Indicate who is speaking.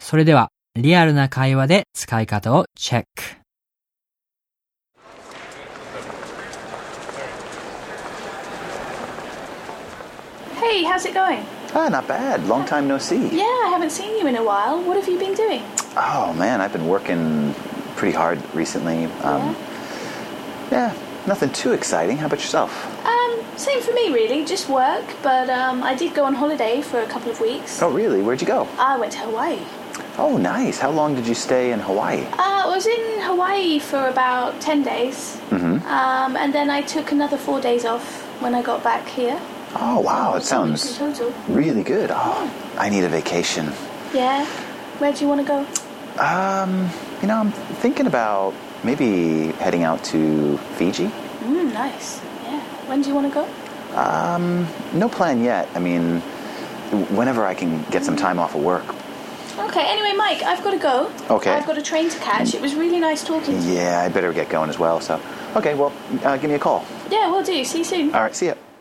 Speaker 1: それでは、リアルな会話で使い方をチェック。
Speaker 2: Hey, how's it going?
Speaker 3: Ah, not bad. Long time no see.
Speaker 2: Yeah, I haven't seen you in a while. What have you been doing?
Speaker 3: Oh man, I've been working pretty hard recently. Um, yeah. nothing too exciting. How about yourself?
Speaker 2: Um, same for me, really. Just work, but um, I did go on holiday for a couple of weeks.
Speaker 3: Oh, really? Where'd you go?
Speaker 2: I went to Hawaii.
Speaker 3: Oh, nice. How long did you stay in Hawaii?
Speaker 2: Uh, I was in Hawaii for about 10 days, um, and then I took another four days off when I got back here.
Speaker 3: Oh, wow.
Speaker 2: So
Speaker 3: It
Speaker 2: it's a week
Speaker 3: sounds
Speaker 2: in total.
Speaker 3: really good. Oh, I need a vacation.
Speaker 2: Yeah. Where do you want to go?
Speaker 3: Um, you know, I'm thinking about maybe heading out to Fiji.
Speaker 2: Mm, nice. Yeah. When do you want to go?
Speaker 3: No plan yet. I mean, whenever I can get some time off of work.
Speaker 2: Okay, anyway, Mike, I've got to go.
Speaker 3: Okay.
Speaker 2: I've got a train to catch. It was really nice talking to you.
Speaker 3: Yeah, I better get going as well. So, okay, well, uh, give me a call.
Speaker 2: Mm-hmm. Yeah, we'll do. See you soon.
Speaker 3: All right, see ya.